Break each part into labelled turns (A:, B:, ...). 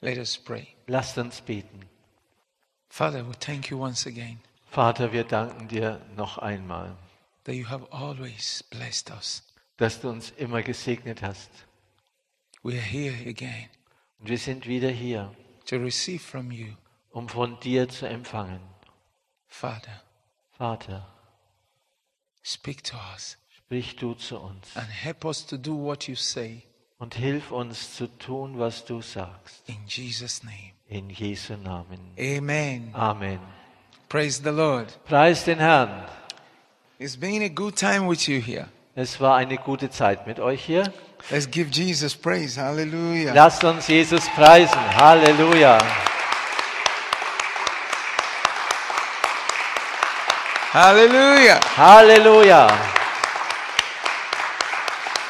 A: Let us pray.
B: Lasst uns beten.
A: Father, we thank you once again
B: Vater, wir danken dir noch einmal,
A: that you have always blessed us.
B: dass du uns immer gesegnet hast.
A: We are here again
B: Und wir sind wieder hier,
A: to receive from you,
B: um von dir zu empfangen.
A: Father.
B: Vater,
A: Speak to us
B: sprich du zu uns
A: and help us to do what you say
B: und hilf uns zu tun, was du sagst.
A: in Jesus' name.
B: In Jesu Namen.
A: Amen.
B: Amen.
A: Praise the Lord.
B: Preis den Herrn.
A: It's been a good time with you here.
B: Es war eine gute Zeit mit euch hier.
A: Let's give Jesus praise. Hallelujah.
B: Lasst uns Jesus preisen. Halleluja.
A: Hallelujah.
B: Halleluja.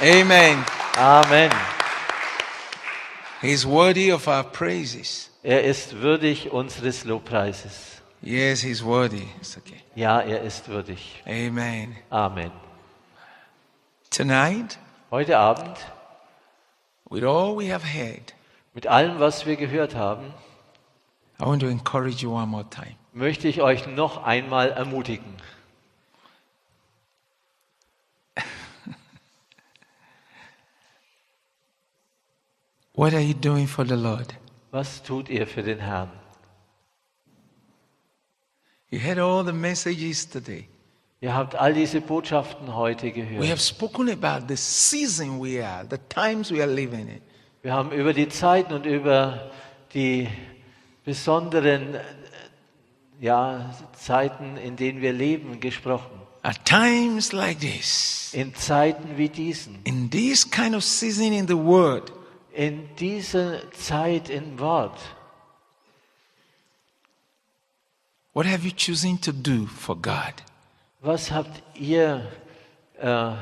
A: Amen.
B: Amen.
A: He's worthy of our praises.
B: Er ist würdig unseres Lobpreises.
A: Yes, he's worthy. It's okay.
B: Ja, er ist würdig.
A: Amen.
B: Amen.
A: Tonight,
B: Heute Abend,
A: with all we have heard,
B: mit allem, was wir gehört haben,
A: I want to encourage you one more time.
B: möchte ich euch noch einmal ermutigen.
A: What are you doing for the Lord?
B: Was tut ihr für den Herrn?
A: You heard all the messages today.
B: Ihr habt all diese Botschaften heute
A: We have
B: gehört.
A: spoken about the season we are, the times we are living in.
B: Wir haben über die Zeiten und über die besonderen äh, ja, Zeiten, in denen wir leben, gesprochen.
A: At times like this,
B: In Zeiten wie diesen,
A: in this kind of season in the world,
B: in dieser Zeit im Wort,
A: what have you chosen to do for God?
B: was habt ihr, äh,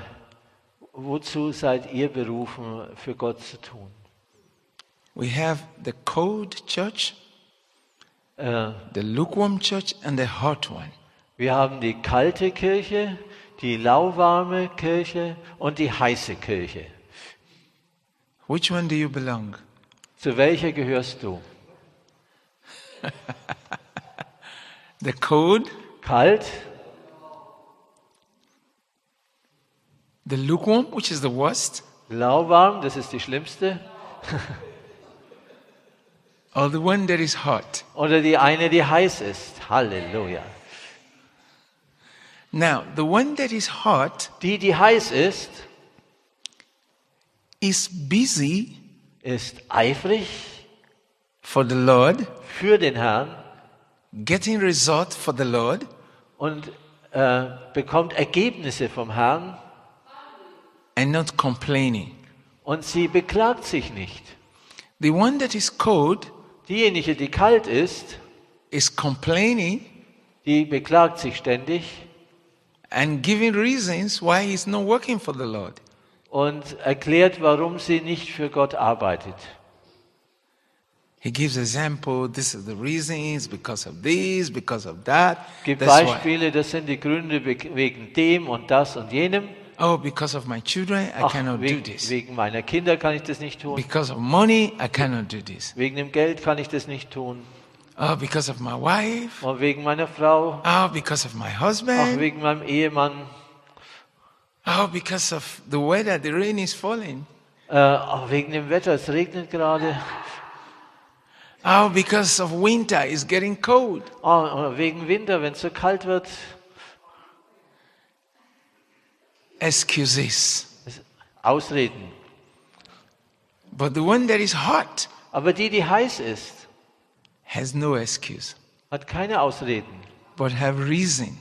B: wozu seid ihr berufen, für Gott zu tun?
A: We have the cold church,
B: Äh,
A: the lukewarm church, and the hot one.
B: Wir haben die kalte Kirche, die lauwarme Kirche und die heiße Kirche.
A: Which one do you belong?
B: Zu welcher gehörst du?
A: The cold,
B: Kalt,
A: the lukewarm, which is the worst,
B: lauwarm, das ist die schlimmste,
A: or the one that is hot?
B: oder die eine, die heiß ist? Halleluja.
A: Now, the one that is hot
B: Die, die heiß ist,
A: is busy
B: ist eifrig
A: for the Lord,
B: für den Herrn
A: getting result for the Lord,
B: und äh, bekommt Ergebnisse vom Herrn
A: and not complaining.
B: und sie beklagt sich nicht.
A: The one that is cold
B: Diejenige, die kalt ist,
A: is complaining
B: die beklagt sich ständig
A: and giving reasons why he's not working for the Lord.
B: und erklärt, warum sie nicht für Gott arbeitet.
A: He gives example, this is the reasons, because of this, because of that.
B: Gibt
A: That's why.
B: Beispiele, das sind die Gründe we- wegen dem und das und jenem.
A: Oh, because of my children, I
B: Ach,
A: cannot do
B: wegen,
A: this.
B: wegen meiner Kinder kann ich das nicht tun.
A: Because of money, I cannot do this.
B: Wegen dem Geld kann ich das nicht tun.
A: Oh, because of my wife.
B: Und wegen meiner Frau.
A: Oh, because of my
B: Ach,
A: husband.
B: wegen meinem Ehemann.
A: Oh, because of the weather, the rain is falling.
B: Äh, auch wegen dem Wetter, es regnet gerade.
A: Oh, because of winter, it's getting cold.
B: Ah, und wegen Winter, wenn es so kalt wird.
A: Excuses.
B: Es- Ausreden.
A: But the one that is hot
B: Aber die, die heiß ist,
A: has no excuse,
B: hat keine Ausreden.
A: but have reason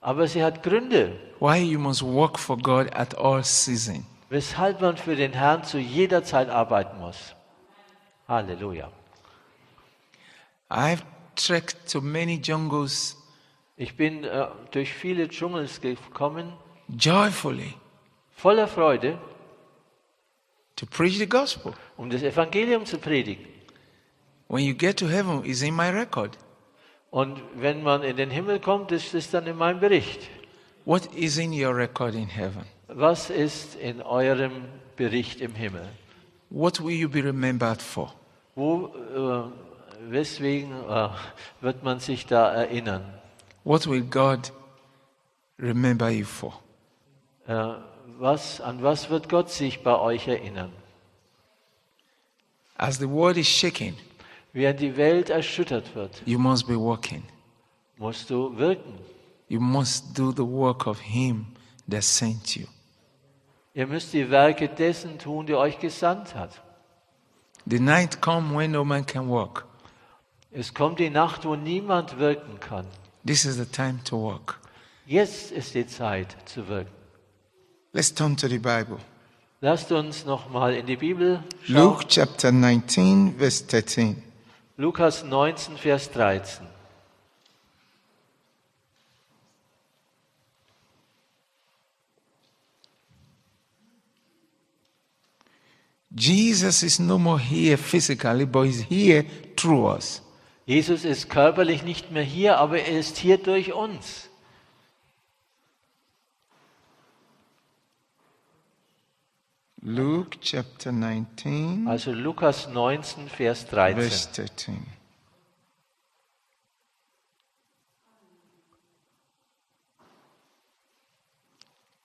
B: Aber sie hat Gründe.
A: why you must work for God at all season.
B: weshalb man für den Herrn zu jeder Zeit arbeiten muss. Halleluja.
A: I've trekked to many jungles
B: Ich bin äh, durch viele Dschungels gekommen,
A: joyfully
B: voller Freude,
A: to preach the gospel.
B: um das Evangelium zu predigen.
A: When you get to heaven, it's in my record.
B: Und wenn man in den Himmel kommt, ist es dann in meinem Bericht.
A: What is in your record in heaven?
B: Was ist in eurem Bericht im Himmel?
A: What will you be remembered for?
B: Wo, äh, weswegen äh, wird man sich da erinnern?
A: What will God remember you for?
B: Äh, was, an was wird Gott sich bei euch erinnern?
A: As the world is shaking,
B: Während die Welt erschüttert wird,
A: you must be working.
B: musst du wirken.
A: You must do the work of Him that sent you.
B: Ihr müsst die Werke dessen tun, der euch gesandt hat.
A: The night come when no man can work.
B: Es kommt die Nacht, wo niemand wirken kann.
A: This is the time to work.
B: Jetzt ist die Zeit zu wirken.
A: Let's turn to the Bible.
B: Lasst uns nochmal in die Bibel schauen.
A: Luke chapter 19, verse 13.
B: Lukas 19, Vers 13.
A: Jesus is no more here physically, but he's here through us.
B: Jesus ist körperlich nicht mehr hier, aber er ist hier durch uns.
A: Luke chapter 19,
B: Also Lukas 19, Vers
A: verse
B: 13.
A: 13.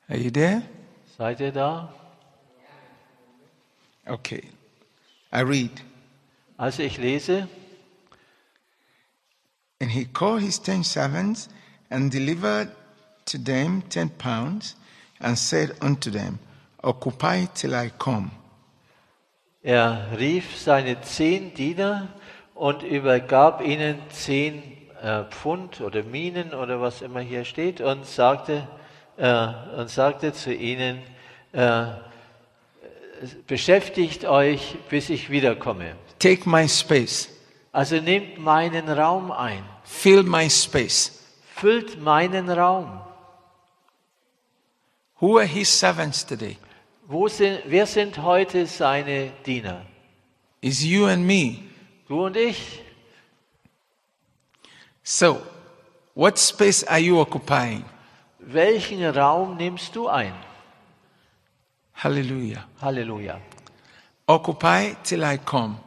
A: Are you there?
B: Seid ihr da?
A: Okay. I read.
B: Also ich lese,
A: And he called his ten servants and delivered to them ten pounds and said unto them, Occupy till I come.
B: er rief seine zehn Diener und übergab ihnen zehn äh, Pfund oder Minen oder was immer hier steht und sagte, äh, und sagte zu ihnen, äh, beschäftigt euch, bis ich wiederkomme.
A: Take my space.
B: Also nehmt meinen Raum ein,
A: Fill my space.
B: füllt meinen Raum.
A: Who are his servants today?
B: Wo sind, wer sind heute seine Diener?
A: It's you and me.
B: Du und ich.
A: So, what space are you occupying?
B: Welchen Raum nimmst du ein?
A: Hallelujah.
B: Halleluja.
A: Occupy till I come.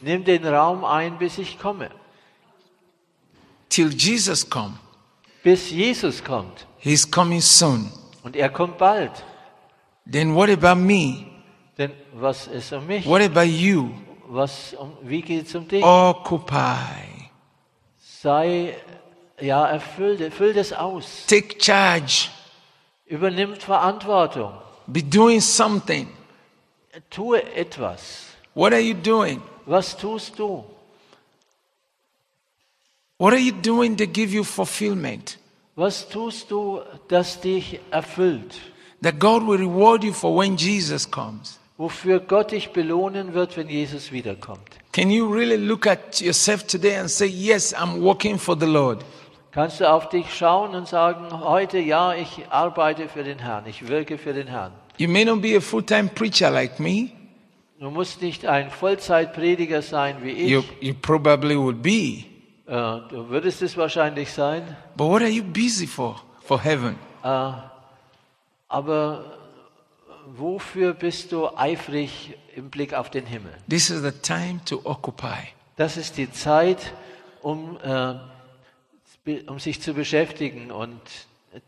B: Nimm den Raum ein, bis ich komme.
A: Till Jesus come.
B: Bis Jesus kommt.
A: He's coming soon.
B: Und er kommt bald.
A: Then what about me?
B: Denn was ist um mich?
A: What Oh. about you?
B: Was um, wie geht es um dich?
A: Occupy.
B: Sei, ja, erfüll, füll das aus.
A: Take charge.
B: Übernimmt Verantwortung.
A: Be doing something.
B: Tue etwas.
A: What are you doing?
B: Was tust du?
A: What are you doing to give you fulfillment?
B: Was tust du, das dich erfüllt?
A: That God will reward you for when Jesus comes.
B: Wofür Gott dich belohnen wird, wenn Jesus wiederkommt.
A: Can you really look at yourself today and say, Yes, I'm working for the Lord?
B: Kannst du auf dich schauen und sagen, heute ja, ich arbeite für den Herrn, ich wirke für den Herrn.
A: You may not be a full time preacher like me.
B: Du musst nicht ein Vollzeitprediger sein wie ich.
A: You, you probably would be.
B: Äh, du würdest es wahrscheinlich sein.
A: But what are you busy for? For heaven.
B: Äh, aber wofür bist du eifrig im Blick auf den Himmel?
A: This is the time to occupy.
B: Das ist die Zeit, um, äh, be- um sich zu beschäftigen und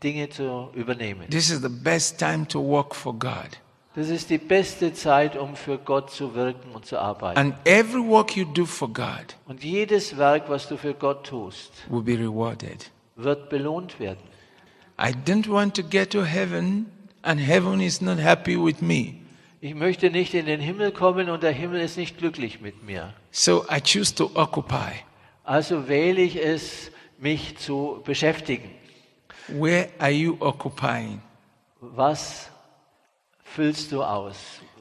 B: Dinge zu übernehmen.
A: This is the best time to work for God.
B: Das ist die beste Zeit, um für Gott zu wirken und zu arbeiten.
A: And every work you do for God
B: Und jedes Werk, was du für Gott tust,
A: will be rewarded.
B: wird belohnt werden.
A: I don't want to get to heaven and heaven is not happy with me.
B: Ich möchte nicht in den Himmel kommen und der Himmel ist nicht glücklich mit mir.
A: So I choose to occupy
B: Also wähle ich es, mich zu beschäftigen.
A: Where are you occupying?
B: Was füllst du aus?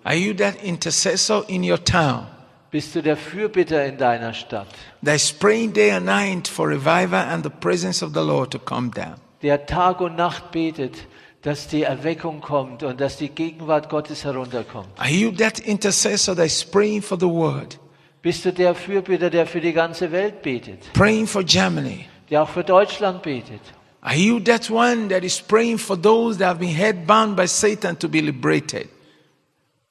A: Are you that intercessor in your town
B: Bist du der Fürbitter in deiner Stadt,
A: that is praying day and night for revival and the presence of the Lord to come down?
B: der Tag und Nacht betet, dass die Erweckung kommt und dass die Gegenwart Gottes herunterkommt?
A: Are you that intercessor that is praying for the word,
B: Bist du der Fürbitter, der für die ganze Welt betet,
A: praying for Germany?
B: der auch für Deutschland betet?
A: Are you that one that is praying for those that have been headbound by Satan to be liberated?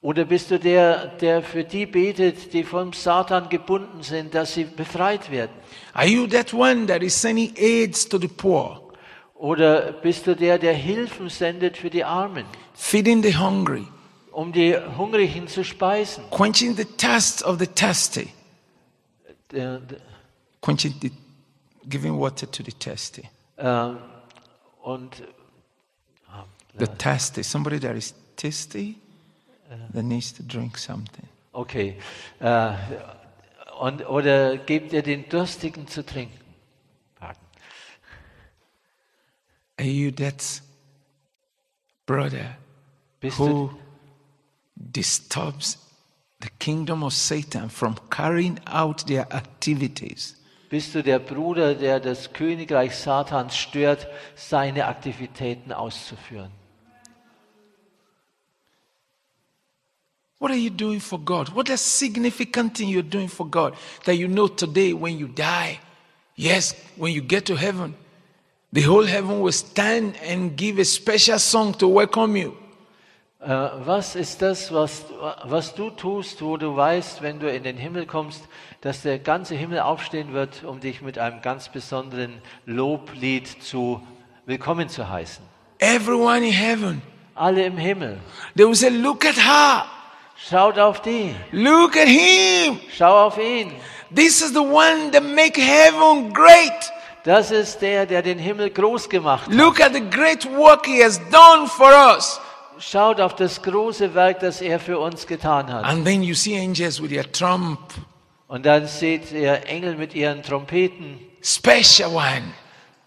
B: Oder bist du der, der für die betet, die vom Satan gebunden sind, dass sie befreit werden?
A: Are you that one that is sending aids to the poor,
B: Oder bist du der, der Hilfen sendet für die Armen,
A: feeding the hungry,
B: um die Hungrigen zu speisen?
A: quenching the thirst of the thirsty,
B: Der- der-
A: quenching the, giving water to the thirsty?
B: ähm, und
A: The thirsty, somebody that is thirsty, that needs to drink something.
B: okay, äh, und, oder gebt ihr den Durstigen zu trinken? Pardon.
A: Are you that brother
B: Bist
A: who
B: du,
A: disturbs the kingdom of Satan from carrying out their activities?
B: bist du der Bruder, der das Königreich Satans stört, seine Aktivitäten auszuführen?
A: What are you doing for God? What a significant thing you're doing for God that you know today when you die, yes, when you get to heaven, the whole heaven will stand and give a special song to welcome you.
B: Äh, was ist das, was, was du tust, wo du weißt, wenn du in den Himmel kommst, dass der ganze Himmel aufstehen wird, um dich mit einem ganz besonderen Loblied zu willkommen zu heißen?
A: Everyone in heaven,
B: Alle im Himmel,
A: they will say, Look at her,
B: schaut auf die,
A: look at him.
B: schau auf ihn.
A: This is the one that make heaven great.
B: Das ist der, der den Himmel groß gemacht hat.
A: Look at the great work he has done for us.
B: Schaut auf das große Werk, das er für uns getan hat.
A: And then you see angels with their trump,
B: Und dann seht ihr Engel mit ihren Trompeten.
A: special one.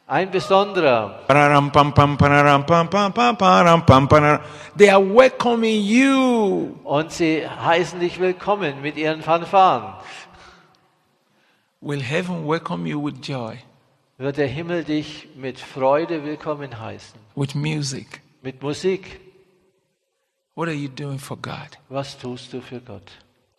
B: Ein besonderer.
A: Pararam, pam, pam, pararam, pam, pam, pam, pararam, pam, pararam. They are welcoming you.
B: Und sie heißen dich willkommen mit ihren Fanfaren.
A: Will heaven welcome you with joy,
B: Wird der Himmel dich mit Freude willkommen heißen.
A: with music?
B: Mit Musik.
A: What are you doing for God?
B: Was tust du für Gott?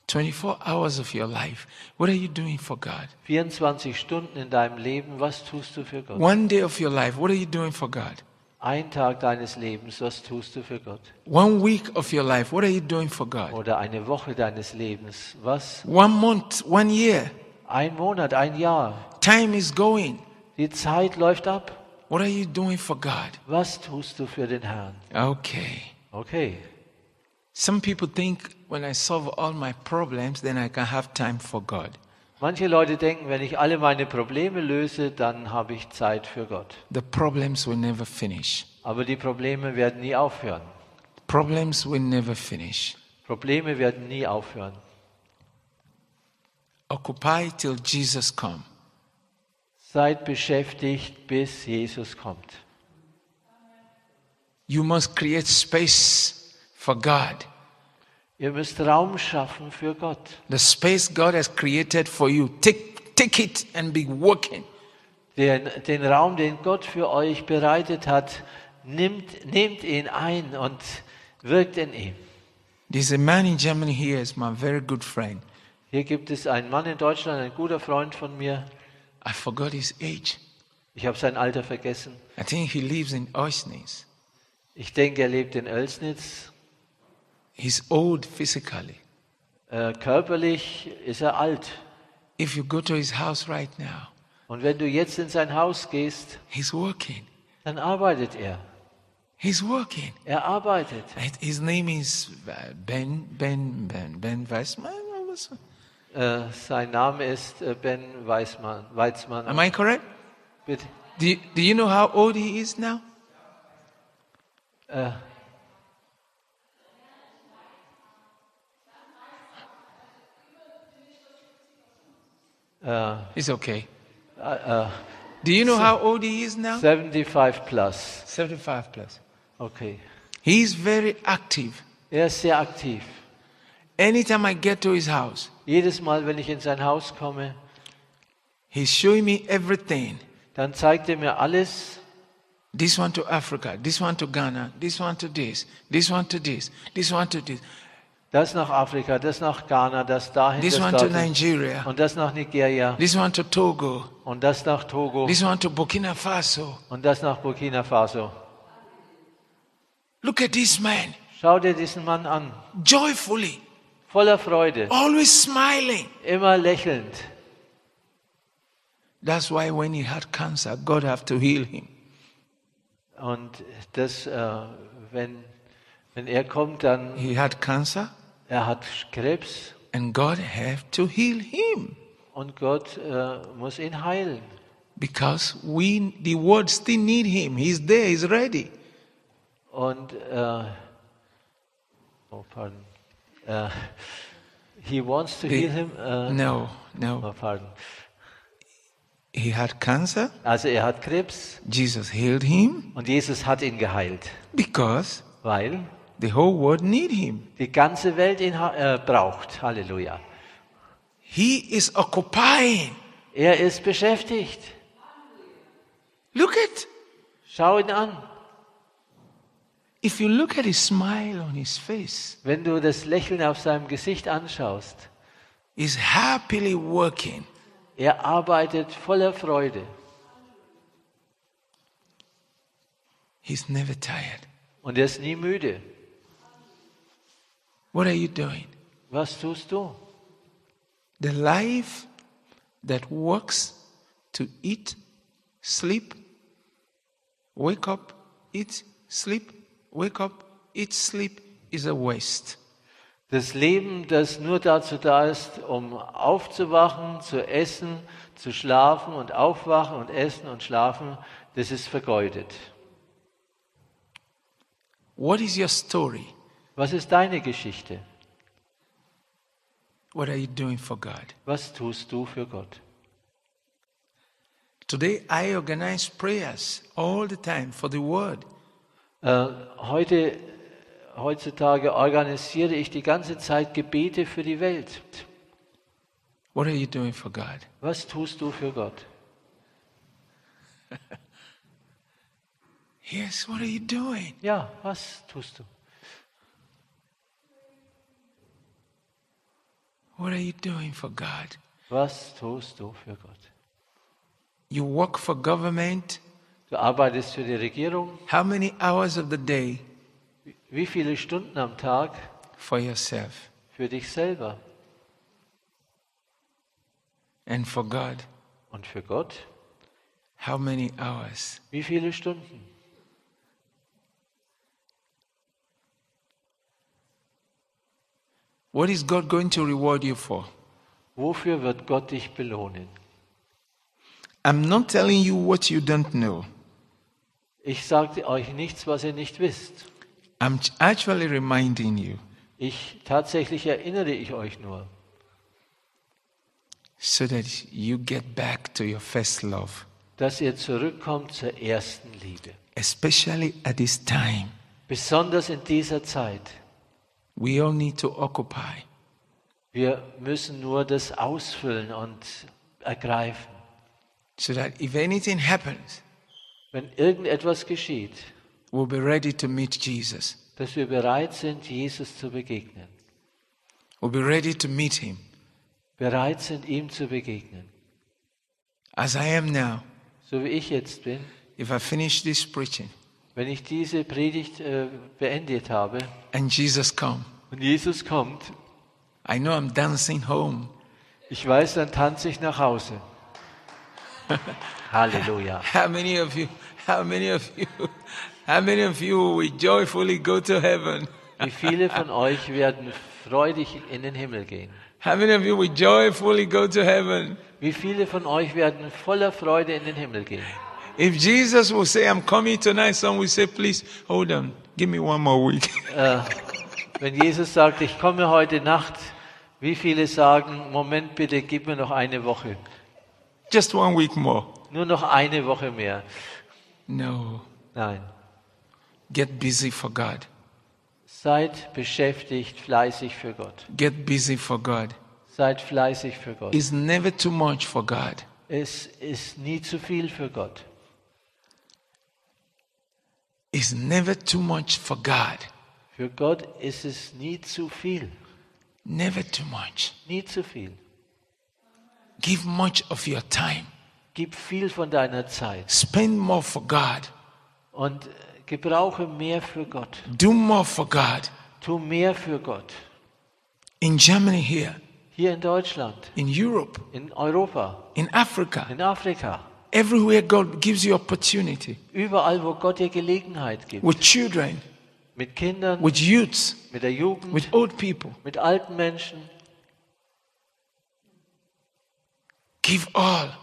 A: 24 hours of your life. What are you doing for God?
B: 24 Stunden in deinem Leben, was tust du für Gott?
A: One day of your life. What are you doing for God?
B: Ein Tag deines Lebens, was tust du für Gott?
A: One week of your life. What are you doing for God?
B: Oder eine Woche deines Lebens, was?
A: One month, one year.
B: Ein Monat, ein Jahr.
A: Time is going.
B: Die Zeit läuft ab.
A: What are you doing for God?
B: Was tust du für den Herrn?
A: Okay.
B: Okay.
A: Some people think when I solve all my problems, then I can have time for God.
B: Manche Leute denken, wenn ich alle meine Probleme löse, dann habe ich Zeit für Gott.
A: The problems will never finish.
B: Aber die Probleme werden nie aufhören.
A: Problems will never finish.
B: Probleme werden nie aufhören.
A: Occupy till Jesus come.
B: Seid beschäftigt, bis Jesus kommt.
A: You must create space for God.
B: Ihr müsst Raum schaffen für Gott.
A: The space God has created for you. Take, take it and be working.
B: Den, den Raum, den Gott für euch bereitet hat, nimmt, nehmt ihn ein und wirkt in ihm.
A: There's a man in Germany here, is my very good friend.
B: Hier gibt es einen Mann in Deutschland, ein guter Freund von mir.
A: I forgot his age.
B: Ich habe sein Alter vergessen.
A: I think he lives in Oisnes.
B: Ich denke, er lebt in Oelsnitz.
A: He's old physically.
B: Äh, körperlich ist er alt.
A: If you go to his house right now,
B: Und wenn du jetzt in sein Haus gehst,
A: he's working.
B: dann arbeitet er.
A: He's working.
B: Er arbeitet.
A: And His name is uh, Ben Ben Ben Ben Weissman. or what's-
B: Äh, sein Name ist äh, Ben Weizmann. Weizmann.
A: Am I correct?
B: Bitte.
A: Do you, do you know how old he is now?
B: Äh, äh,
A: It's okay.
B: äh, äh,
A: Do you know how old he is now?
B: 75 plus.
A: 75 plus.
B: Okay.
A: He is very active.
B: Er ist sehr aktiv.
A: Anytime I get to his house,
B: Jedes Mal, wenn ich in sein Haus komme,
A: he's showing me everything.
B: dann zeigt er mir alles.
A: This one to Africa, this one to Ghana, this one to this, this one to this, this one to this,
B: Das nach Afrika, das nach Ghana, das dahin,
A: this
B: das
A: one to
B: dorthin.
A: Nigeria,
B: Und das nach Nigeria.
A: this one to Togo,
B: Und das nach Togo.
A: this one to Burkina Faso.
B: Und das nach Burkina Faso.
A: Look at this man.
B: Schau dir diesen Mann an,
A: joyfully,
B: voller Freude,
A: always smiling.
B: immer lächelnd.
A: That's why when he had cancer, God had to heal him.
B: Und das, äh, wenn, wenn er kommt, dann
A: He had cancer,
B: er hat Krebs
A: and God had to heal him
B: und Gott äh, muss ihn heilen.
A: because we, the world, still need him. He's there. He's ready.
B: Und äh, oh, pardon. Äh, he wants to
A: He-
B: heal him. Äh,
A: No, no.
B: oh, pardon.
A: He had cancer.
B: Also er hat Krebs
A: Jesus healed him
B: und Jesus hat ihn geheilt,
A: because
B: weil
A: the whole world need him.
B: die ganze Welt ihn ha- äh, braucht. Halleluja.
A: He is occupying.
B: Er ist beschäftigt.
A: Look at.
B: Schau ihn an.
A: If you look at his smile on his face,
B: Wenn du das Lächeln auf seinem Gesicht anschaust,
A: he's happily working.
B: er arbeitet voller Freude
A: He's never tired.
B: und er ist nie müde.
A: What are you doing?
B: Was tust du?
A: The life that works to eat, sleep, wake up, eat, sleep, wake up, eat, sleep is a waste.
B: Das Leben, das nur dazu da ist, um aufzuwachen, zu essen, zu schlafen und aufwachen und essen und schlafen, das ist vergeudet.
A: What is your story?
B: Was ist deine Geschichte?
A: What are you doing for God?
B: Was tust du für Gott?
A: Today I organize prayers all the time for the word.
B: Äh, heute, heutzutage organisiere ich die ganze Zeit Gebete für die Welt.
A: What are you doing for God?
B: Was tust du für Gott?
A: Yes, what are you doing?
B: Ja, was tust du?
A: What are you doing for God?
B: Was tust du für Gott?
A: You work for government
B: Du arbeitest für die Regierung.
A: how many hours of the day
B: Wie viele Stunden am Tag
A: for yourself
B: für dich selber?
A: and for God?
B: Und für Gott?
A: How many hours?
B: Wie viele Stunden?
A: What is God going to reward you for?
B: Wofür wird Gott dich belohnen?
C: I'm not telling you what you don't know.
B: Ich sagte euch nichts, was ihr nicht wisst.
C: I'm ch- actually reminding you.
B: Ich tatsächlich erinnere ich euch nur,
C: so that you get back to your first love,
B: dass ihr zurückkommt zur ersten Liebe.
C: especially at this time.
B: Besonders in dieser Zeit.
C: We all need to occupy.
B: Wir müssen nur das ausfüllen und ergreifen.
C: So that if anything happens,
B: Wenn irgendetwas geschieht,
C: we'll be ready to meet Jesus.
B: dass wir bereit sind, Jesus zu begegnen.
C: We'll be ready to meet him
B: Bereit sind, ihm zu begegnen.
C: as I am now.
B: So wie ich jetzt bin,
C: If I finish this preaching
B: wenn ich diese Predigt äh, beendet habe
C: and Jesus come,
B: und Jesus kommt,
C: I know I'm dancing home.
B: Ich weiß, dann tanze ich nach Hause. Halleluja.
C: How many of you, how many of you, how many of you will joyfully go to heaven?
B: Wie viele von euch werden freudig in den Himmel gehen?
C: How many of you will joyfully go to heaven?
B: Wie viele von euch werden voller Freude in den Himmel gehen?
C: If Jesus will say, I'm coming tonight, some will say, please hold on, give me one more week.
B: Äh, wenn Jesus sagt, ich komme heute Nacht, wie viele sagen, Moment bitte, gib mir noch eine Woche.
C: Just one week more.
B: Nur noch eine Woche mehr.
C: No.
B: Nein.
C: Get busy for God.
B: Seid beschäftigt, fleißig für Gott.
C: Get busy for God.
B: Seid fleißig für Gott.
C: It's never too much for God.
B: Es ist nie zu viel für Gott.
C: It's never too much for God.
B: Für Gott ist es nie zu viel.
C: Never too much.
B: Nie zu viel.
C: Give much of your time.
B: Gib viel von deiner Zeit
C: Spend more for God.
B: und Gebrauche mehr für Gott.
A: Do more for God.
B: Tu mehr für Gott.
A: In Germany, here,
B: Hier in Deutschland,
A: in Europe,
B: in Europa,
A: in Africa,
B: in Afrika,
A: everywhere God gives you opportunity
B: überall, wo Gott dir Gelegenheit gibt.
A: with children,
B: Mit Kindern,
A: with youths,
B: mit der Jugend,
A: with old people.
B: mit alten Menschen.
A: Give all.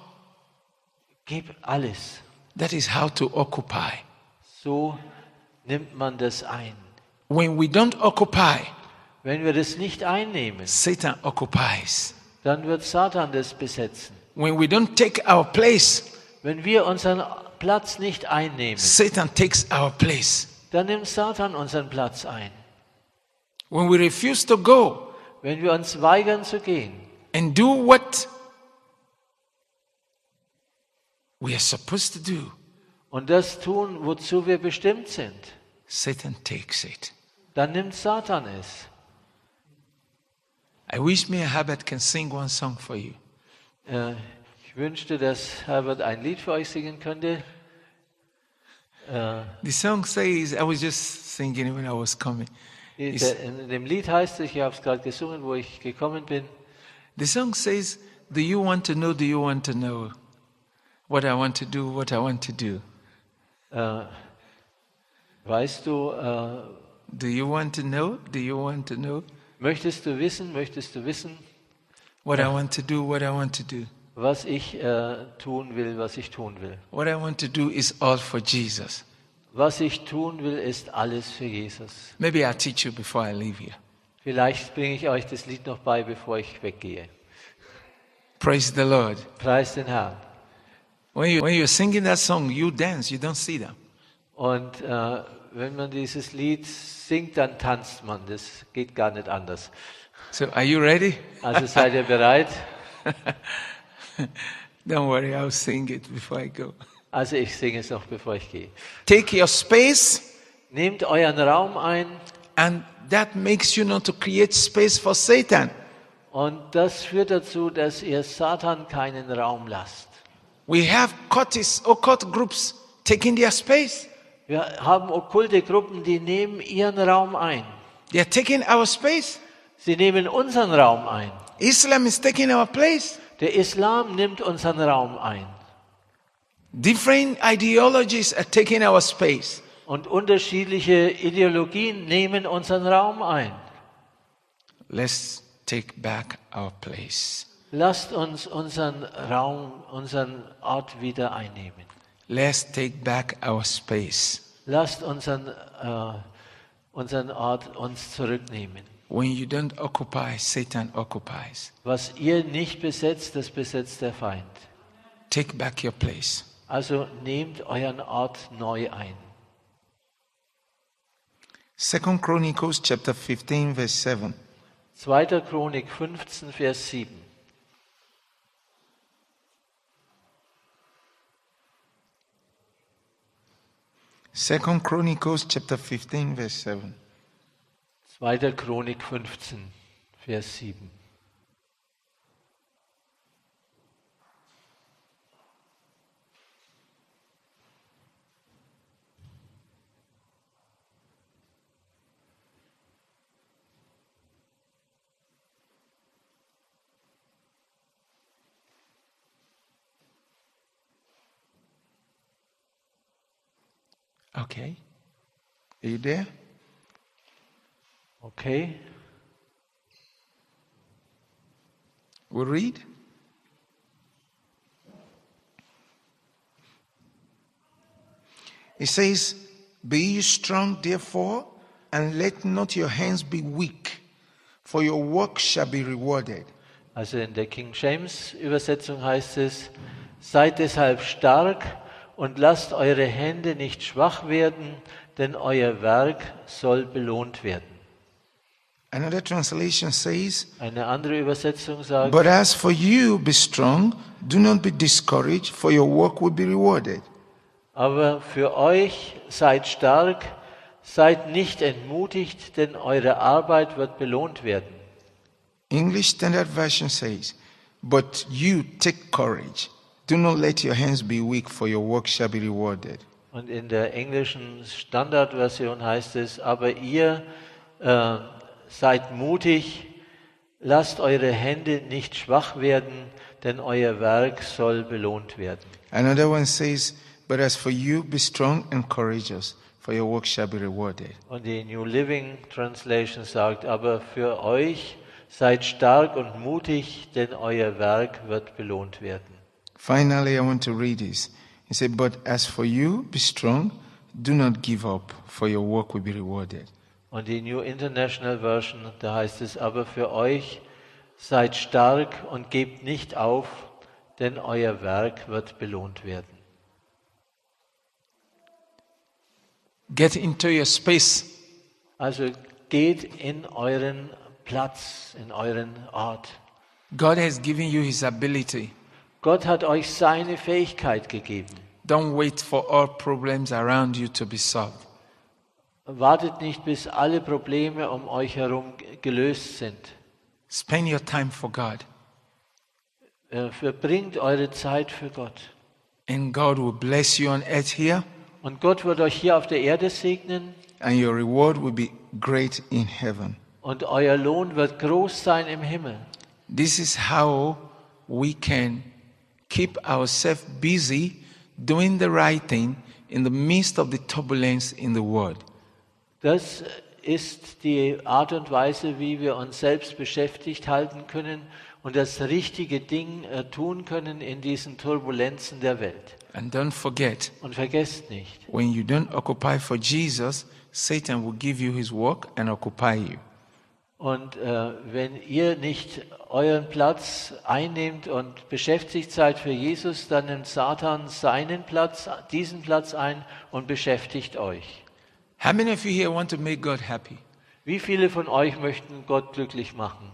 B: Gib alles.
A: That is how to occupy.
B: So nimmt man das ein.
A: When we don't occupy,
B: Wenn wir das nicht einnehmen,
A: Satan occupies.
B: dann wird Satan das besetzen.
A: When we don't take our place,
B: Wenn wir unseren Platz nicht einnehmen,
A: Satan takes our place.
B: dann nimmt Satan unseren Platz ein.
A: When we refuse to go
B: Wenn wir uns weigern zu gehen
A: and do what we are supposed to do,
B: und das tun, wozu wir bestimmt sind,
A: Satan takes it.
B: dann nimmt Satan es.
A: I wish me and Herbert can sing one song for you.
B: Äh, Ich wünschte, dass Herbert ein Lied für euch singen könnte. Äh,
A: The song says, I was just singing it when I was coming.
B: die-
A: It's-
B: der- In dem Lied heißt es, ich habe es gerade gesungen, wo ich gekommen bin.
A: The song says, Do you want to know? Do you want to know? What I want to do, what I want to do.
B: Äh, Weißt du, äh,
A: Do you want to know? Do you want to know?
B: möchtest du wissen, möchtest du wissen,
A: What I want to do, what I want to do.
B: was ich äh, tun will, was ich tun will?
A: What I want to do is all for Jesus.
B: Was ich tun will, ist alles für Jesus.
A: Maybe I'll teach you before I leave here.
B: Vielleicht bringe ich euch das Lied noch bei, bevor ich weggehe.
A: Praise the Lord.
B: Preis den Herrn.
A: When, you, when you're singing that song, you dance, you don't see them.
B: Und äh, wenn man dieses Lied singt, dann tanzt man. Das geht gar nicht anders.
A: So, are you ready?
B: Also seid ihr bereit?
A: Don't worry, I'll sing it before I go.
B: Also ich singe es noch, bevor ich gehe.
A: Take your space,
B: Nehmt euren Raum ein
A: and that makes you not to create space for Satan.
B: und das führt dazu, dass ihr Satan keinen Raum lasst.
A: We have cultists, occult groups taking their space.
B: Wir haben okkulte Gruppen, die nehmen ihren Raum ein.
A: They are taking our space.
B: Sie nehmen unseren Raum ein.
A: Islam is taking our place.
B: Der Islam nimmt unseren Raum ein.
A: Different ideologies are taking our space.
B: Und unterschiedliche Ideologien nehmen unseren Raum ein.
A: Let's take back our place.
B: Lasst uns unseren Raum, unseren Ort wieder einnehmen.
A: Let's take back our space.
B: Lasst unseren, äh, unseren Ort uns zurücknehmen.
A: When you don't occupy, Satan occupies.
B: Was ihr nicht besetzt, das besetzt der Feind.
A: Take back your place.
B: Also nehmt euren Ort neu ein.
C: Second Chronicles chapter 15 verse 7.
B: 2. Chronik 15, Vers 7.
C: Second Chronicles chapter 15 verse 7.
B: 2. Chronik 15, Vers 7.
A: Okay.
C: Are you there?
B: Okay?
C: We read. It says, Be ye strong, therefore, and let not your hands be weak, for your work shall be rewarded.
B: Also in der King James Übersetzung heißt es, seid deshalb stark und lasst eure Hände nicht schwach werden, denn euer Werk soll belohnt werden.
C: Another translation says,
B: Eine andere Übersetzung sagt,
C: But as for you, be strong, do not be discouraged, for your work will be rewarded.
B: aber für euch seid stark, seid nicht entmutigt, denn eure Arbeit wird belohnt werden.
C: English Standard Version says, But you take courage, do not let your hands be weak, for your work shall be rewarded.
B: Und in der englischen Standardversion heißt es, aber ihr äh, seid mutig, lasst eure Hände nicht schwach werden, denn euer Werk soll belohnt werden.
C: Another one says, But as for you, be strong and courageous, for your work shall be rewarded.
B: Und die New Living Translation sagt, aber für euch seid stark und mutig, denn euer Werk wird belohnt werden.
C: Finally, I want to read this. He said, But as for you, be strong, do not give up, for your work will be rewarded.
B: Und die New International Version, da heißt es, aber für euch seid stark und gebt nicht auf, denn euer Werk wird belohnt werden.
A: Get into your space.
B: Also geht in euren Platz, in euren Ort.
A: God has given you his ability.
B: Gott hat euch seine Fähigkeit gegeben.
A: Don't wait for all problems around you to be solved.
B: Wartet nicht, bis alle Probleme um euch herum gelöst sind.
A: Spend your time for God,
B: Äh, Verbringt eure Zeit für Gott.
A: and God will bless you on earth here,
B: Und Gott wird euch hier auf der Erde segnen
C: and your reward will be great in heaven.
B: und euer Lohn wird groß sein im Himmel.
A: This is how we can keep ourselves busy doing the right thing in the midst of the turbulence in the world.
B: Das ist die Art und Weise, wie wir uns selbst beschäftigt halten können und das richtige Ding äh, tun können in diesen Turbulenzen der Welt.
A: And don't forget,
B: Und vergesst nicht,
A: when you don't occupy for Jesus, Satan will give you his work and occupy you.
B: und äh, wenn ihr nicht euren Platz einnehmt und beschäftigt seid für Jesus, dann nimmt Satan seinen Platz, diesen Platz ein und beschäftigt euch.
A: How many of you here want to make God happy?
B: Wie viele von euch möchten Gott glücklich machen?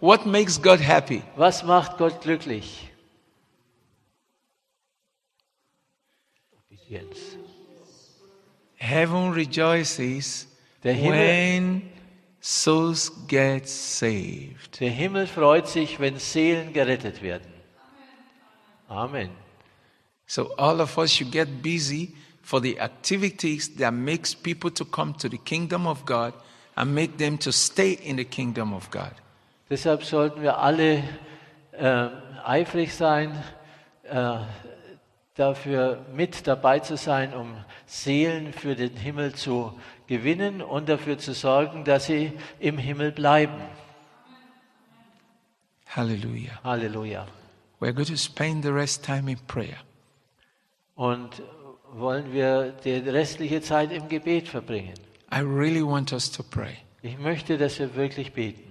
A: What makes God happy?
B: Was macht Gott glücklich? Obedienz.
A: Heaven rejoices
B: Der Himmel-
A: when souls get saved.
B: Der Himmel freut sich, wenn Seelen gerettet werden. Amen.
A: So all of us should get busy for the activities that makes people to come to the kingdom of God and make them to stay in the kingdom of God.
B: Deshalb sollten wir alle ähm, eifrig sein, äh, dafür mit dabei zu sein, um Seelen für den Himmel zu gewinnen und dafür zu sorgen, dass sie im Himmel bleiben.
A: Hallelujah.
B: Halleluja.
A: We're going to spend the rest time in prayer.
B: Und wollen wir die restliche Zeit im Gebet verbringen?
A: I really want us to pray.
B: Ich möchte, dass wir wirklich beten.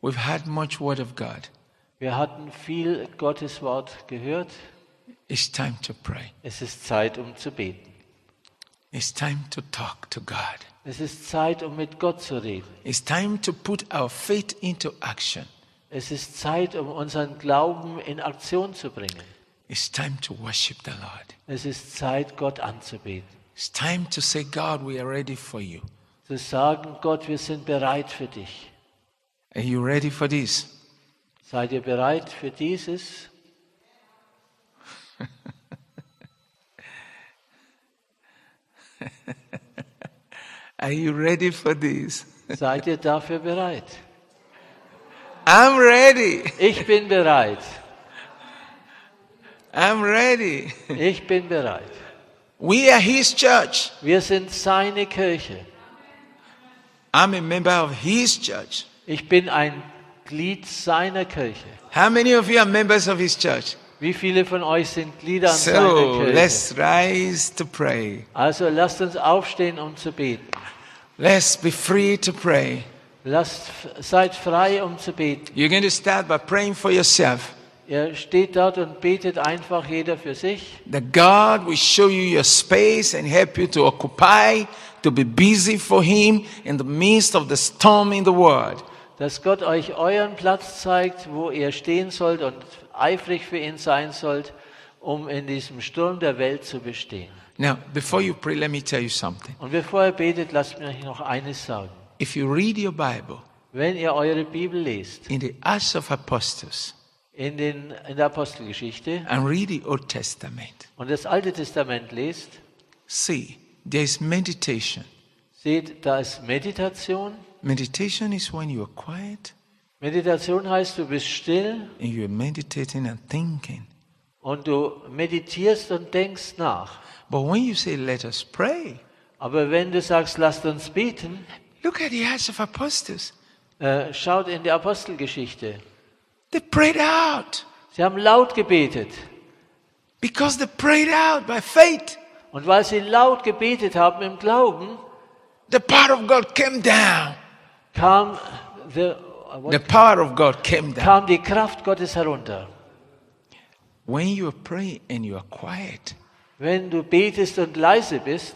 A: We've had much word of God.
B: Wir hatten viel Gottes Wort gehört.
A: It's time to pray.
B: Es ist Zeit, um zu beten.
A: It's time to talk to God.
B: Es ist Zeit, um mit Gott zu reden.
A: It's time to put our faith into action.
B: Es ist Zeit, um unseren Glauben in Aktion zu bringen.
A: It's time to worship the Lord.
B: Es ist Zeit, Gott anzubeten.
A: It's time to say, God, we are ready for you.
B: Zu sagen, Gott, wir sind bereit für dich.
A: Are you ready for this?
B: Seid ihr bereit für dieses?
A: Are you ready for this?
B: Seid ihr dafür bereit?
A: I'm ready.
B: Ich bin bereit.
A: I'm ready.
B: Ich bin bereit.
A: We are His church.
B: Wir sind seine Kirche.
A: I'm a member of His church.
B: Ich bin ein Glied seiner Kirche.
A: How many of you are members of His church?
B: Wie viele von euch sind Glieder an
A: So
B: seiner Kirche?
A: let's rise to pray.
B: also lasst uns aufstehen, um zu beten.
A: Let's be free to pray.
B: Lasst, seid frei, um zu beten.
A: You're going to start by praying for yourself
B: Ihr steht dort und betet einfach jeder für sich.
A: that God will show you your space and help you to occupy, to be busy for Him in the midst of the storm in the world.
B: Dass Gott euch euren Platz zeigt, wo ihr stehen sollt und eifrig für ihn sein sollt, um in diesem Sturm der Welt zu bestehen.
A: Now, before you pray, let me tell you something.
B: Und bevor ihr betet, lasst mich noch eines sagen.
A: If you read your Bible
B: Wenn ihr eure Bibel lest,
A: in the Acts of Apostles,
B: in, den, in der Apostelgeschichte
A: and read the Old Testament,
B: und das Alte Testament lest,
A: see there is meditation.
B: seht, da ist Meditation.
A: Meditation is when you are quiet
B: Meditation heißt, du bist still
A: and you are meditating and thinking.
B: und du meditierst und denkst nach.
A: But when you say, let us pray,
B: Aber wenn du sagst, lasst uns beten,
A: look at the Acts of Apostles.
B: äh, schaut in die Apostelgeschichte.
A: They prayed out
B: Sie haben laut gebetet.
A: because they prayed out by faith.
B: Und weil sie laut gebetet haben im Glauben,
A: The power of God came down.
B: kam, the,
A: The power of God came down.
B: kam die Kraft Gottes herunter.
A: When you are praying and you are quiet,
B: Wenn du betest und leise bist,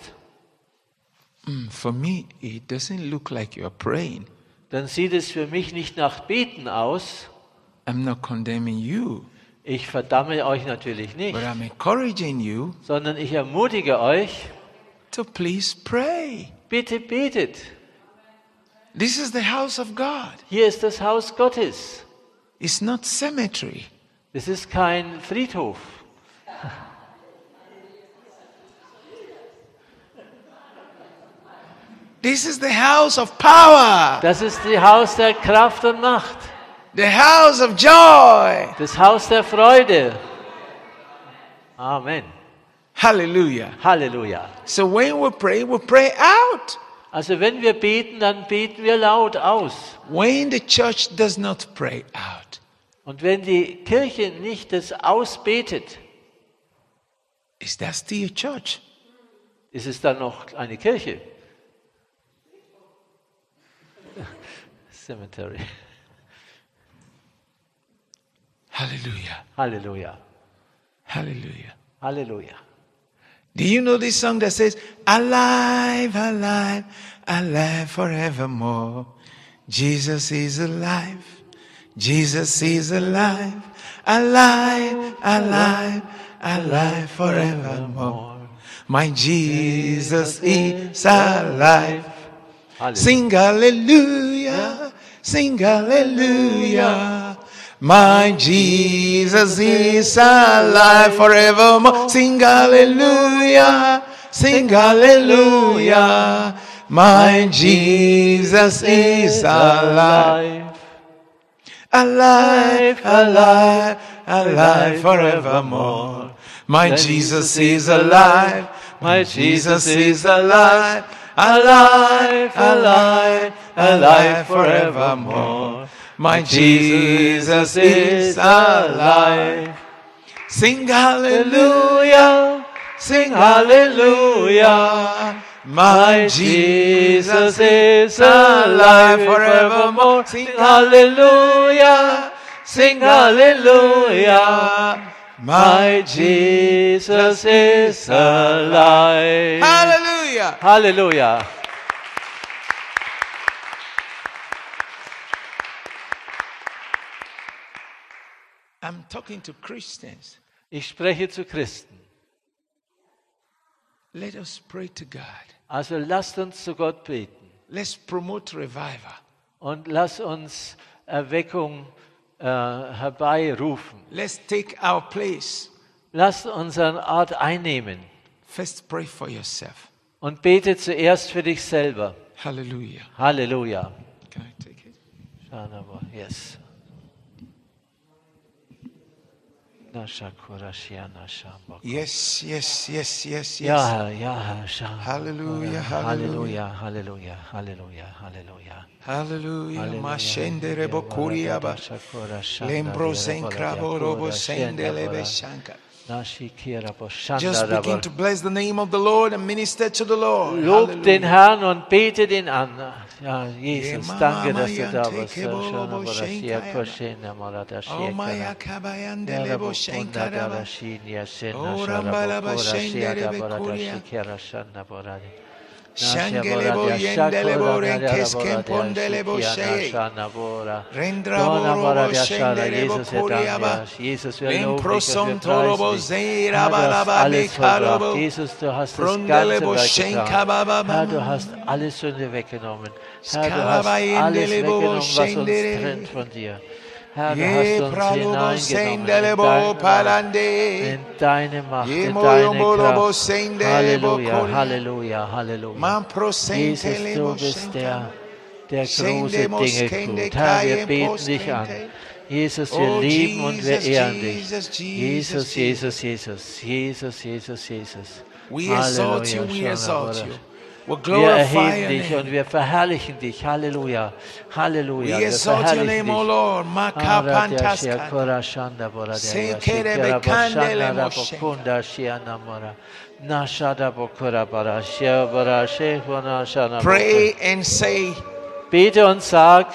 A: mm, for me, it doesn't look like you are praying.
B: dann sieht es für mich nicht nach Beten aus.
A: I'm not condemning you,
B: Ich verdamme euch natürlich nicht,
A: but I'm encouraging you
B: sondern ich ermutige euch,
A: to please pray.
B: bitte betet.
A: This is the house of God.
B: Hier ist das Haus Gottes.
A: It's not cemetery.
B: Es ist kein Friedhof.
A: This is the house of power,
B: Das ist das Haus der Kraft und Macht.
A: the house of joy.
B: Das Haus der Freude. Amen.
A: Hallelujah.
B: Halleluja.
A: So when we pray, we pray out.
B: Also wenn wir beten, dann beten wir laut aus.
A: When the church does not pray out,
B: Und wenn die Kirche nicht das ausbetet,
A: is that still a church?
B: ist es dann noch eine Kirche. Cemetery.
A: Hallelujah.
B: Halleluja.
A: Hallelujah.
B: Halleluja.
A: Do you know this song that says, Alive, alive, alive forevermore? Jesus is alive. Jesus is alive. Alive, alive, alive forevermore. My Jesus is alive.
B: Halleluja.
A: Sing hallelujah, sing hallelujah. My Jesus is alive forevermore. Sing hallelujah, sing hallelujah. My Jesus is alive, alive, alive, alive forevermore. My Jesus is alive, my Jesus is alive, alive, alive, alive forevermore. My Jesus is alive. Sing hallelujah, sing hallelujah. My Jesus is alive forevermore. Sing hallelujah, sing hallelujah. My
B: My
A: Jesus.
B: Jesus is alive.
A: Hallelujah.
B: Halleluja.
A: I'm talking to Christians.
B: Ich spreche zu Christen.
A: Let us pray to God.
B: Also lasst uns zu Gott beten
A: Let's promote revival.
B: und lasst uns Erweckung äh, herbeirufen.
A: Let's take our place.
B: Lasst unseren Ort einnehmen
A: First, pray for yourself.
B: und bete zuerst für dich selber.
A: Hallelujah.
B: Halleluja.
A: Can I take it?
B: Shanama, Yes. Nashakura Shiana Shamba.
C: Yes, yes, yes, yes, yes.
B: Ja, Herr, ja, Herr, Shamba.
C: Halleluja,
B: Halleluja, Halleluja, Halleluja, Halleluja.
C: Hallelujah. Ma scendere bocuria ba. Lembro sen crabo robo sendele be
B: Just
C: shanka. Just begin to bless the name of the Lord and minister to the Lord.
B: Lob den Herrn und betet ihn an. Ja,
C: Yeah,
B: Jesus,
C: Mama,
B: danke,
C: Mama,
B: dass du da
C: Yante,
B: bist.
C: Kebo, Lobo, Shenka, Yama. Oh, Maya
B: Hallelujah.
C: kabayandele bo shenkaraba. Oh, Rambala, Ba, Shendere, Be, Kuria. Shangelebo, Yendelebo, Renkes, Kempondelebo, Shei. Rendra, Boro, Bo, Shendelebo, Kuria, Ba.
B: Jesus, wir
C: Lem,
B: loben dich und wir
C: Prosom, Toro, Bo,
B: preisen dich.
C: Zeira, Ba,
B: Herr, du
C: La, Ba, Be, ne
B: hast alles
C: Karo,
B: vollbracht.
C: Bo.
B: Jesus, du hast das
C: Rondele,
B: ganze
C: Bo,
B: Werk
C: Shenka, Ba, Ba,
B: getan.
C: Ba,
B: Herr, du
C: Ba.
B: hast alle Sünde weggenommen. Herr, du
C: Skala,
B: hast
C: Ba,
B: alles
C: Yendele, Bo, Bo,
B: weggenommen, was uns
C: Shendere.
B: trennt von dir. Herr, du
C: Ye
B: hast uns
C: pralubo
B: hineingenommen in
C: sendelebo
B: deine Macht,
C: palande.
B: in deine Macht,
C: Ye
B: in deine
C: molobo lobo
B: Kraft.
C: sendelebo
B: Halleluja,
C: koli.
B: Halleluja, Halleluja.
C: Man pro
B: Jesus,
C: sentelebo
B: du bist der, der
C: Sende
B: große Dinge
C: Moskende
B: tut. Herr, wir
C: Kaien
B: beten dich an.
C: Postente.
B: Jesus,
C: Oh,
B: wir lieben und wir
C: Jesus,
B: ehren dich.
C: Jesus, Jesus,
B: Jesus, Jesus, Jesus, Jesus, Jesus, Jesus.
A: We exalt you, we
B: Halleluja,
A: exalt
B: Shana
A: you.
B: Baruch.
A: We
B: Wir
A: glorify your
B: erheben dich
A: name.
B: und wir verherrlichen dich. Halleluja. Halleluja.
A: We
B: Wir
A: exalt your
B: verherrlichen
A: name, O
B: dich.
A: Lord.
B: Aradyashia
A: Makapantaskata.
B: korashanda boradaya
A: Sekere
B: shikera
A: bekandele
B: boshana
A: moshe.
B: rabokunda shia namora. Nashada bokora barashia barashe bonashana
A: Pray and say,
B: bokora. Bete und sag,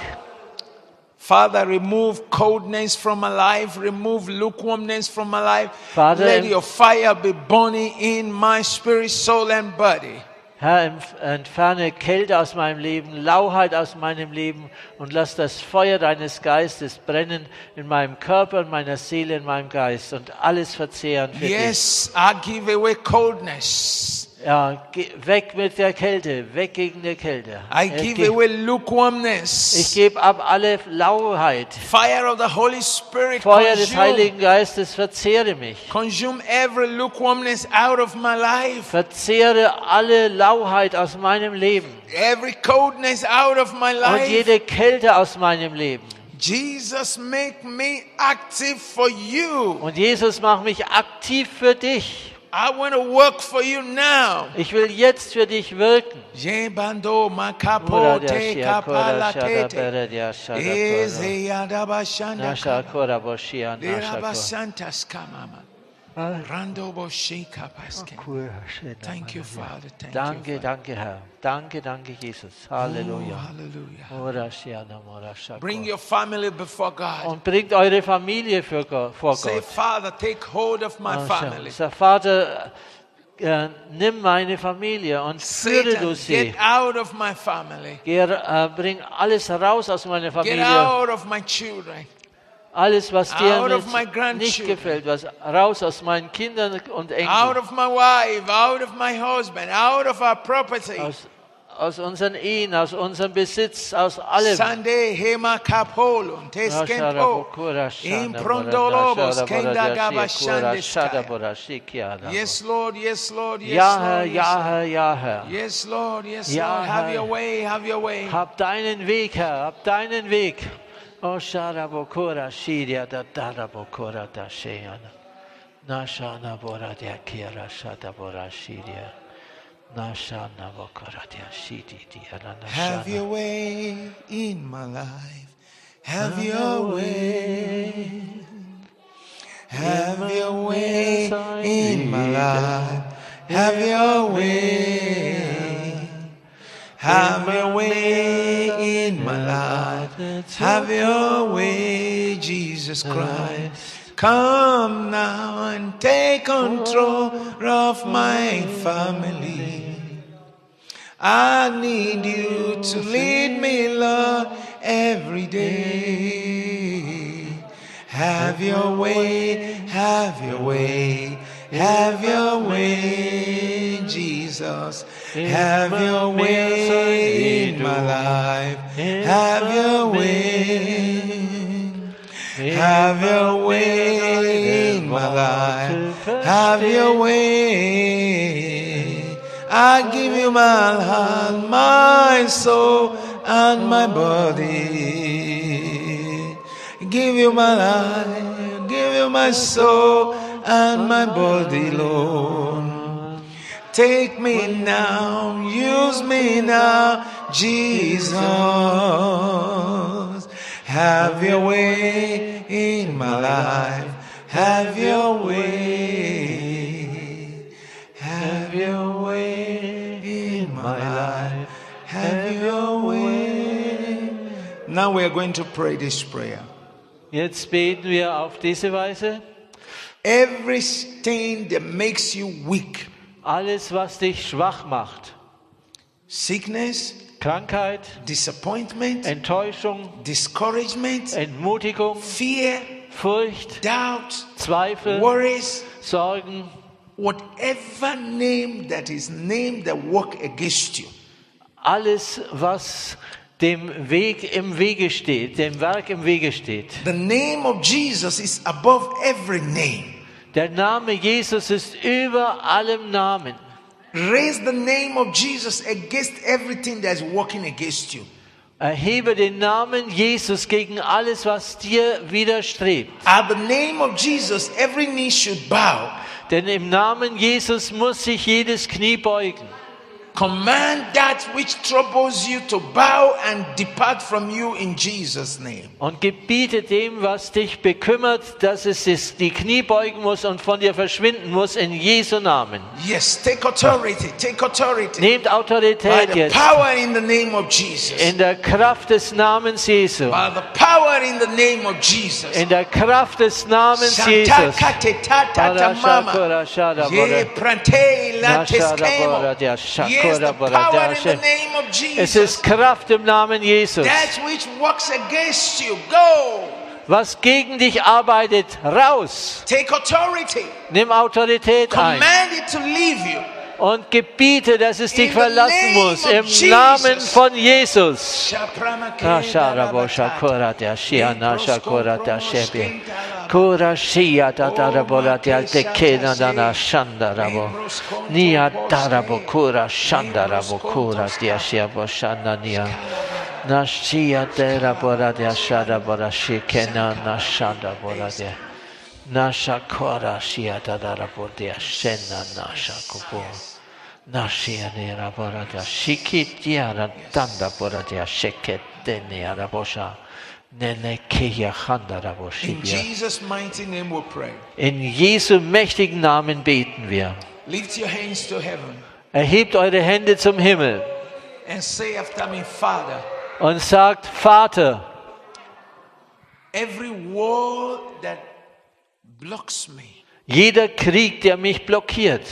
A: Father, remove coldness from my life, remove lukewarmness from my life.
B: Father,
A: Let
B: em-
A: your fire be burning in my spirit, soul, and body.
B: Herr, entf- entferne Kälte aus meinem Leben, Lauheit aus meinem Leben und lass das Feuer deines Geistes brennen in meinem Körper, in meiner Seele, in meinem Geist und alles verzehren für dich.
A: Yes, I give away coldness.
B: Ja, geh weg mit der Kälte, weg gegen die Kälte.
A: I
B: Ja,
A: give
B: geh-
A: away
B: Ich
A: lukewarmness.
B: gebe ab alle Lauheit.
A: Fire of the Holy Spirit
B: Feuer des
A: consume,
B: Heiligen Geistes, verzehre mich.
A: consume every lukewarmness out of my life,
B: Verzehre alle Lauheit aus meinem Leben
A: every coldness out of my
B: und
A: life.
B: jede Kälte aus meinem Leben.
A: Jesus, make me active for you.
B: Und Jesus, mach mich aktiv für dich.
A: I want to work for you now.
B: Ich will jetzt für dich wirken.
A: Jebando makapote kapalatete.
B: Nasha
A: Eze yadabashanda kama.
B: kora boshia nasha
A: Derabasantas kamama. Rando boshi kapaske.
B: kora.
A: Thank you, Father. Thank you.
B: Danke,
A: Father.
B: danke Herr. Danke, danke Jesus.
A: Oh,
B: Halleluja.
A: hallelujah.
B: Ora shia namora shakora.
A: Bring your family before God.
B: und bringt eure Familie für Go- vor
A: Say,
B: Gott.
A: Father, take hold of my
B: Sag,
A: family.
B: sag, Oh, Vater, äh, nimm meine Familie und führe du
A: Satan, get
B: sie.
A: out of my family.
B: Geh, äh, bring alles raus aus meiner
A: Get
B: Familie.
A: out of my children.
B: Alles, was dir
A: Out of my
B: nicht, nicht
A: grandchildren.
B: gefällt, was raus aus meinen Kindern und
A: out
B: Enkeln,
A: of my wife, out of my husband, out of our property.
B: aus, aus unseren Ehen, aus unserem Besitz, aus allem.
A: Sunday, Hema Kapolon,
B: Oh,
A: Teskempo, Improndolobos, Kenda Gabashandeskaya. Yes,
B: Yes,
A: Lord, yes, Lord, yes,
B: ja, Herr,
A: Lord. yes,
B: ja, Herr, ja, Herr.
A: Lord. Yes, Lord, yes,
B: Ja,
A: Lord. Have
B: Herr.
A: your way, have your way.
B: Hab deinen Weg, Herr, hab deinen Weg. O Sharabokora Shiria da Darabokora da Sheana. Nashana Bora der Kira Shatabora Shiria. Nashana Bokora der Shidi Diana
A: Have your
B: Nashana.
A: way in my life. Have your way. Have your way in my life. Have your way. Have your way in my life. Have your way, Jesus Christ. Come now and take control of my family. I need you to lead me, Lord, every day. Have your way, have your way, have your way, Jesus. Have your way in my life, have your way. Have your way in my life, have your way. I give you my heart, my soul, and my body. Give you my life, give you my soul, and my body, Lord. Take me now, use me now, Jesus. Have your way in my life, have your way. Have your way in my life. Have your way. Now we are going to pray this prayer.
B: Jetzt beten wir auf diese Weise.
A: Every stain that makes you weak,
B: Alles, was dich schwach macht,
A: sickness,
B: Krankheit,
A: disappointment,
B: Enttäuschung,
A: discouragement,
B: Eh. Entmutigung,
A: fear,
B: Furcht,
A: doubt,
B: Zweifel,
A: worries,
B: Sorgen,
A: whatever name that is named that work against you.
B: alles, was dem Weg im Wege steht, dem Werk im Wege steht.
A: The name of Jesus is above every name.
B: Der Name Jesus ist über allem Namen.
A: Raise the name of Jesus against everything that is working against you.
B: Erhebe den Namen Jesus gegen alles, was dir widerstrebt.
A: At the name of Jesus, every knee should bow.
B: Denn im Namen Jesus muss sich jedes Knie beugen.
A: Command that which troubles you to bow and depart from you in Jesus' name.
B: Und gebiete dem, was dich bekümmert, dass es sich die Knie beugen muss und von dir verschwinden muss, in Jesu Namen.
A: Yes, take authority, take authority.
B: Nehmt
A: By
B: Autorität
A: the
B: jetzt
A: power in the name of Jesus.
B: in der Kraft des Namens Jesu.
A: By the power in the name of Jesus.
B: In der Kraft des Namens
A: Santa
B: Jesus.
A: kate tata tamama.
B: Parashakura shada
A: Ye
B: bora-
A: prante lates
B: Nashada
A: kemo.
B: bora dia shakura
A: Yes, the
B: bora
A: power in
B: dashe.
A: the name of
B: Es
A: Jesus.
B: ist Kraft im Namen Jesus.
A: That which works against you, go.
B: Was gegen dich arbeitet, raus.
A: Take authority.
B: Nimm Autorität ein
A: Command it to leave you.
B: und gebiete, dass es dich
A: In the
B: verlassen
A: name
B: muss.
A: of
B: Im
A: Jesus.
B: Namen von Jesus. Ah, Rasharabosha
A: Shapramakirindarabatata.
B: koratia shiana shakoratia shebi. Kura shia
A: Oh,
B: dadaraboratia tekena dana shandarabo. Nia darabo kura shandarabo kura dia shiabo shanania. Nashia deraboratia shadabora shikena nashandaboratia. Nasha kora shia dadaraboratia shena nasha kubo. Nashia nera boradia, shikitia radanda boradia, sheketenia rabosha, nene kia handa
A: In
B: raboshibia.
A: Jesus' mighty name we pray.
B: In Jesu mächtigen Namen beten wir.
A: Lift your hands to heaven
B: Erhebt eure Hände zum Himmel
A: and say after me, Father,
B: und sagt, Vater,
A: every wall that blocks me,
B: jeder Krieg, der mich blockiert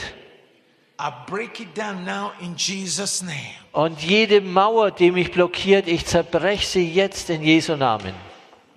A: I break it down now in Jesus' name.
B: und jede Mauer, die mich blockiert, ich zerbreche sie jetzt in Jesu Namen.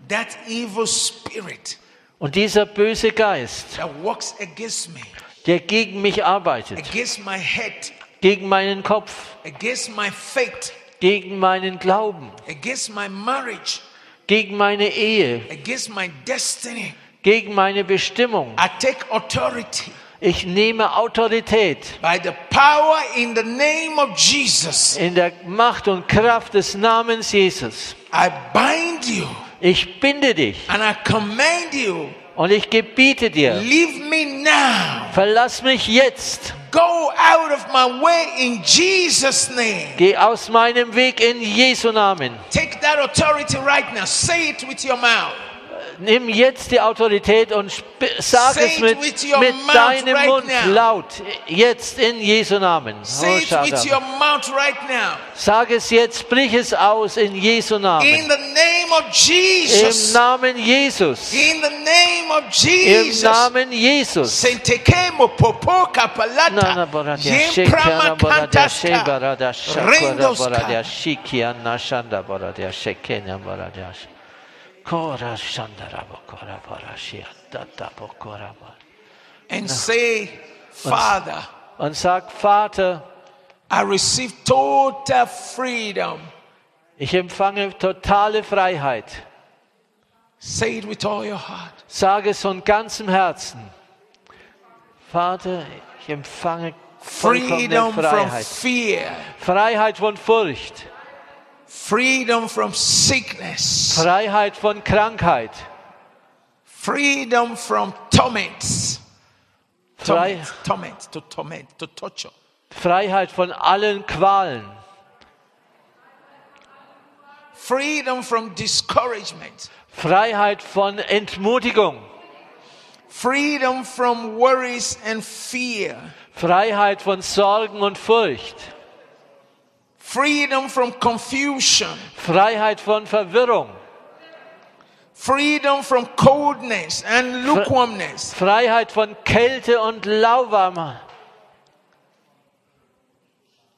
A: That evil spirit
B: Und dieser böse Geist,
A: that works against me,
B: der gegen mich arbeitet,
A: against my head,
B: gegen meinen Kopf,
A: against my faith,
B: gegen meinen Glauben,
A: against my marriage,
B: gegen meine Ehe,
A: against my destiny.
B: gegen meine Bestimmung.
A: I take authority
B: Ich nehme Autorität
A: by the power in the name of Jesus.
B: in der Macht und Kraft des Namens Jesus.
A: I bind you
B: Ich binde dich
A: and I command you
B: und ich gebiete dir,
A: leave me now.
B: verlass mich jetzt,
A: Go out of my way in Jesus' name.
B: geh aus meinem Weg in Jesu Namen.
A: Take that authority right now. Say it with your mouth.
B: Nimm jetzt die Autorität und sp- sag
A: Say
B: es
A: it
B: mit,
A: with your
B: mit
A: mouth
B: deinem
A: right
B: Mund
A: now.
B: laut, jetzt in Jesu Namen.
A: Say it with your
B: Hoshadam.
A: mouth right now.
B: Sag es jetzt, sprich es aus in Jesu Namen.
A: In the name of
B: Im
A: Jesus.
B: Namen Jesus.
A: In the name of
B: Im
A: Jesus.
B: Namen Jesus.
A: Sentekemo popo kapalata.
B: Nana Boradia,
A: Ye
B: Shekana Boradia,
A: pramakantasta.
B: Shebarada, Shakura
A: Rendoska.
B: Boradia, Shikia Nashanda Boradia, Shekena Boradia, Kora Shandarabo, Kora Borashia, Tata Bokora.
A: And say, Father,
B: Und sag, Vater,
A: I receive total freedom.
B: ich empfange totale Freiheit.
A: Say it with all your heart.
B: Sage es von ganzem Herzen. Vater, ich empfange vollkommene
A: Freedom from
B: Freiheit.
A: fear.
B: Freiheit von Furcht.
A: Freedom from sickness.
B: Freiheit von Krankheit,
A: Freedom from torment.
B: Frei,
A: Torment, torment, to torment, to torture.
B: Freiheit von allen Qualen,
A: Freedom from discouragement.
B: Freiheit von Entmutigung,
A: Freedom from worries and fear.
B: Freiheit von Sorgen und Furcht,
A: Freedom from confusion.
B: Freiheit von Verwirrung,
A: Freedom from coldness and lukewarmness.
B: Freiheit von Kälte und Lauwarm,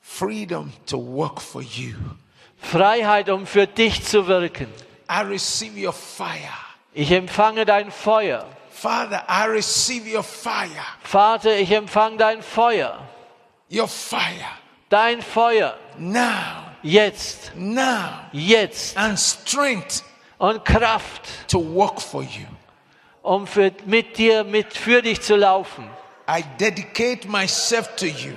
A: Freedom to work for you.
B: Freiheit, um für dich zu wirken.
A: I receive your fire.
B: Ich empfange dein Feuer.
A: Father, I receive your fire.
B: Vater, ich empfange dein Feuer.
A: Your fire.
B: Dein Feuer.
A: Now.
B: jetzt,
A: now,
B: jetzt
A: and strength
B: und Kraft,
A: to work for you.
B: um für, mit dir, mit für dich zu laufen.
A: I dedicate myself to you.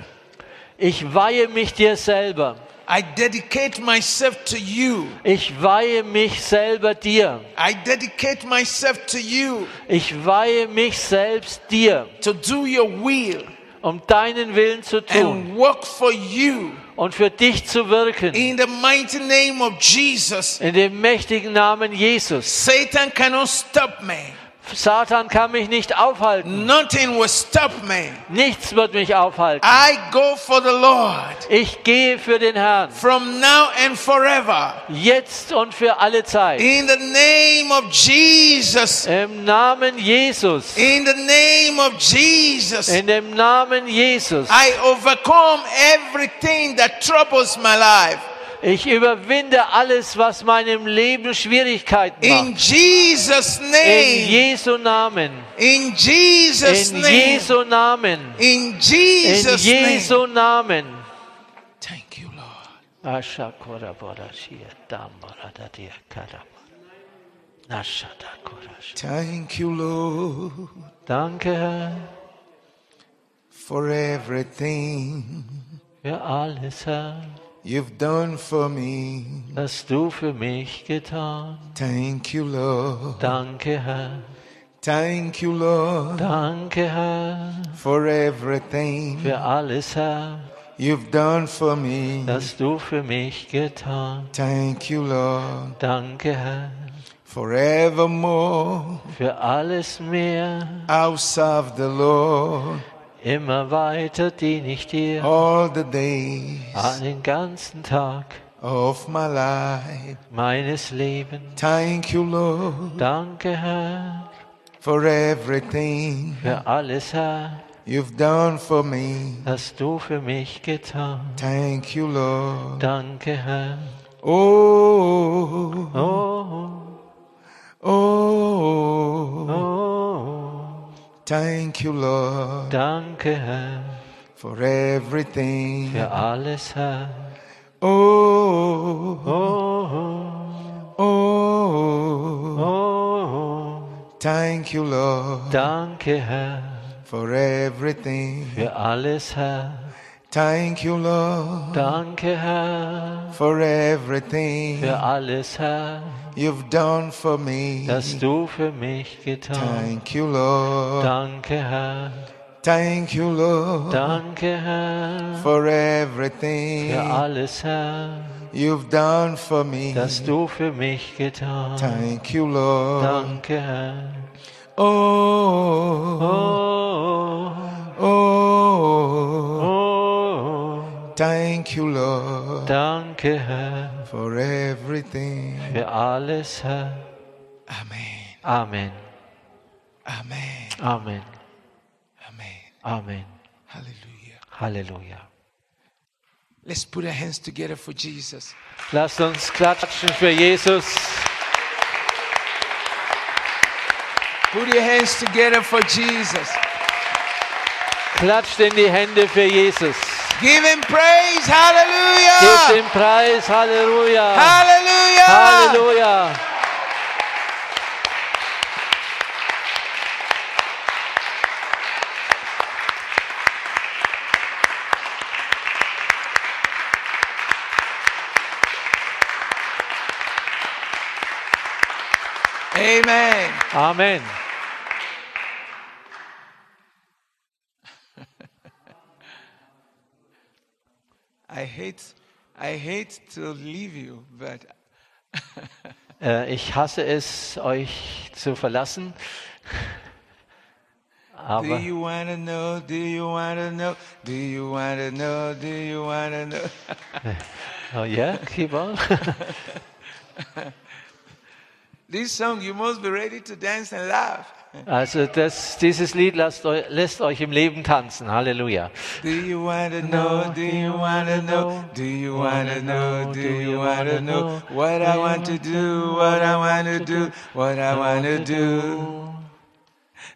B: Ich weihe mich dir selber.
A: I dedicate myself to you.
B: Ich weihe mich selber dir.
A: I dedicate myself to you
B: Ich weihe mich selbst dir,
A: to do your will
B: um deinen Willen zu tun
A: and work for you
B: und für dich zu wirken.
A: in the mighty name of Jesus.
B: In dem mächtigen Namen Jesus.
A: Satan cannot stop me.
B: Satan kann mich nicht aufhalten.
A: Nothing will stop me.
B: Nichts wird mich aufhalten.
A: I go for the Lord
B: Ich gehe für den Herrn.
A: from now and forever.
B: Jetzt und für alle Zeit.
A: In the name of Jesus.
B: Im Namen Jesus.
A: In the name of Jesus.
B: In dem Namen Jesus.
A: I overcome everything that troubles my life.
B: Ich überwinde alles, was meinem Leben Schwierigkeiten
A: In
B: macht.
A: Jesus'
B: In
A: name.
B: Jesu Namen.
A: In Jesus'
B: In
A: name.
B: Jesu Namen.
A: In
B: In
A: Jesus' name.
B: Jesu Namen.
A: Thank you, Lord.
B: Asha kora bora shia damara da dia karama. Nasha da kora shia.
C: Thank you, Lord,
B: Danke, Herr,
C: for everything
B: für alles, Herr,
C: you've done for me.
B: das du für mich getan.
C: Thank you, Lord.
B: Danke, Herr,
C: Thank you, Lord,
B: danke, Herr,
C: for everything
B: für alles, Herr,
C: you've done for me.
B: das du für mich getan.
C: Thank you, Lord,
B: Danke, Herr,
C: forevermore.
B: für alles mehr.
C: I'll serve the Lord
B: Immer weiter diene ich
A: Oh,
B: dir
C: all the days
B: an den ganzen Tag
C: of my life.
B: meines Lebens.
C: Thank you, Lord,
B: Danke, Herr.
C: for everything
B: Für alles, Herr,
C: you've done for me.
B: das du für mich getan.
C: Thank you, Lord.
B: Danke, Herr.
C: Oh,
B: Oh,
C: oh,
B: oh,
C: thank you, Lord,
B: danke, Herr.
C: for everything.
B: Für alles, Herr.
C: Oh,
B: Oh,
C: oh,
B: oh,
C: thank you, Lord,
B: danke, Herr.
C: for everything.
B: Für alles, Herr.
C: Thank you, Lord,
B: Danke, Herr.
C: for everything
B: Für alles, Herr,
C: you've done for me.
B: das du für mich getan.
C: Thank you, Lord.
B: Danke, Herr.
C: Thank you, Lord,
B: Danke, Herr.
C: for
B: Für
C: everything
B: alles, Herr.
C: you've done for me.
B: das du für mich getan.
C: Thank you, Lord.
B: Danke, Herr.
C: Oh,
B: Oh, oh,
C: oh,
B: oh,
C: thank you, Lord,
B: danke, Herr,
C: for everything.
B: für alles, Herr.
C: Amen.
B: Amen,
C: Amen.
B: Amen,
C: Amen.
B: Amen.
C: Hallelujah.
B: Halleluja.
A: Let's put our hands together for Jesus.
B: Lasst uns klatschen für Jesus.
A: Put your hands together for Jesus.
B: Klatscht in die Hände für Jesus.
A: Give him praise.
B: Gebt
A: Hallelujah.
B: den Preis. Halleluja.
A: Hallelujah.
B: Halleluja.
A: Amen.
B: Amen.
A: I hate I hate to leave you, but
B: Äh, Ich hasse es, euch zu verlassen.
A: do
B: Aber
A: you wanna know? Do you wanna know? Do you wanna know? Do you wanna know?
B: Oh yeah, keep on.
A: this song you must be ready to dance and laugh.
B: Also das, dieses Lied lasst eu, lässt euch im Leben tanzen. Halleluja.
A: Do you wanna know? Do you wanna know? Do you wanna know? Do you wanna know what I want to do? What I wanna do? What I wanna do?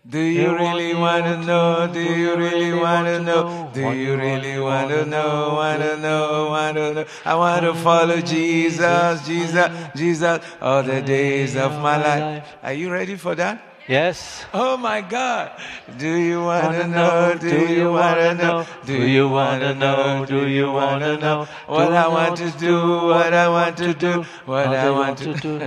A: Do you really want to know? Do you really want to know? Do you really want to know? Want to know? Want to know? I want to follow Jesus, Jesus, Jesus, all the days of my life. Are you ready for that?
B: Yes.
A: Oh my God! Do you wanna know? Do you wanna know? Do you wanna know? Do you wanna know what I want to do? What I want to do? What I want to do?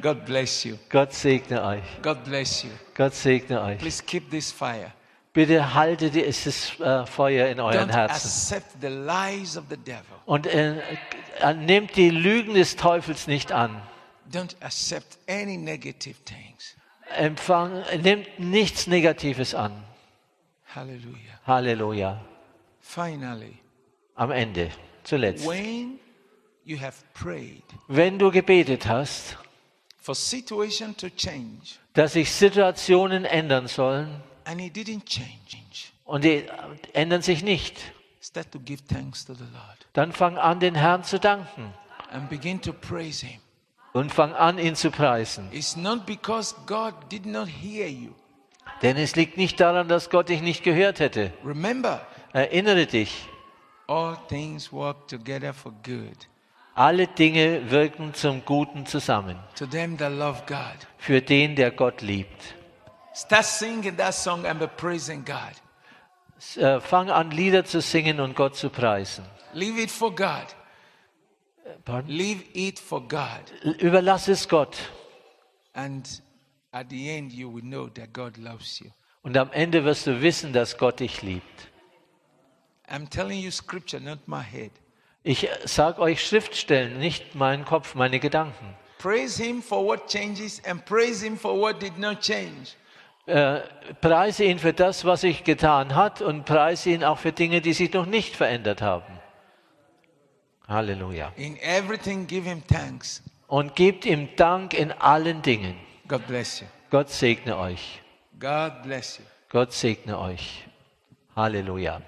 A: God bless you.
B: Gott segne euch.
A: God bless you.
B: Gott segne euch.
A: Please keep this fire.
B: Bitte haltet dieses äh, Feuer in euren
A: Don't
B: Herzen
A: accept the lies of the devil.
B: und äh, äh, nehmt die Lügen des Teufels nicht an.
A: Don't accept any negative things.
B: Empfang, nehmt nichts Negatives an.
A: Hallelujah.
B: Halleluja.
A: Finally,
B: Am Ende, zuletzt.
A: when you have prayed
B: Wenn du gebetet hast,
A: for situation to change
B: dass sich Situationen ändern sollen
A: and it didn't change,
B: und die ändern sich nicht,
A: start to give thanks to the Lord
B: dann fang an, den Herrn zu danken
A: and begin to praise Him.
B: und fang an, ihn zu preisen.
A: It's not because God did not hear you.
B: Denn es liegt nicht daran, dass Gott dich nicht gehört hätte.
A: Remember,
B: Erinnere dich,
A: all things work together for good
B: alle Dinge wirken zum Guten zusammen
A: to them that love God.
B: für den, der Gott liebt.
A: Start singing that song and be praising God.
B: S- äh, Fang an, Lieder zu singen und Gott zu preisen.
A: Leave it for God.
B: Pardon?
A: Leave it for God.
B: L- Überlass es Gott.
A: And at the end, you will know that God loves you.
B: Und am Ende wirst du wissen, dass Gott dich liebt.
A: I'm telling you scripture, not my head.
B: Ich äh, sag euch Schriftstellen, nicht meinen Kopf, meine Gedanken.
A: Praise Him for what changes and praise Him for what did not change.
B: Äh, preise ihn für das, was sich getan hat und preise ihn auch für Dinge, die sich noch nicht verändert haben. Halleluja.
A: In everything, give Him thanks.
B: Und gebt ihm Dank in allen Dingen.
A: God bless you.
B: Gott segne euch.
A: God bless you.
B: Gott segne euch. Halleluja.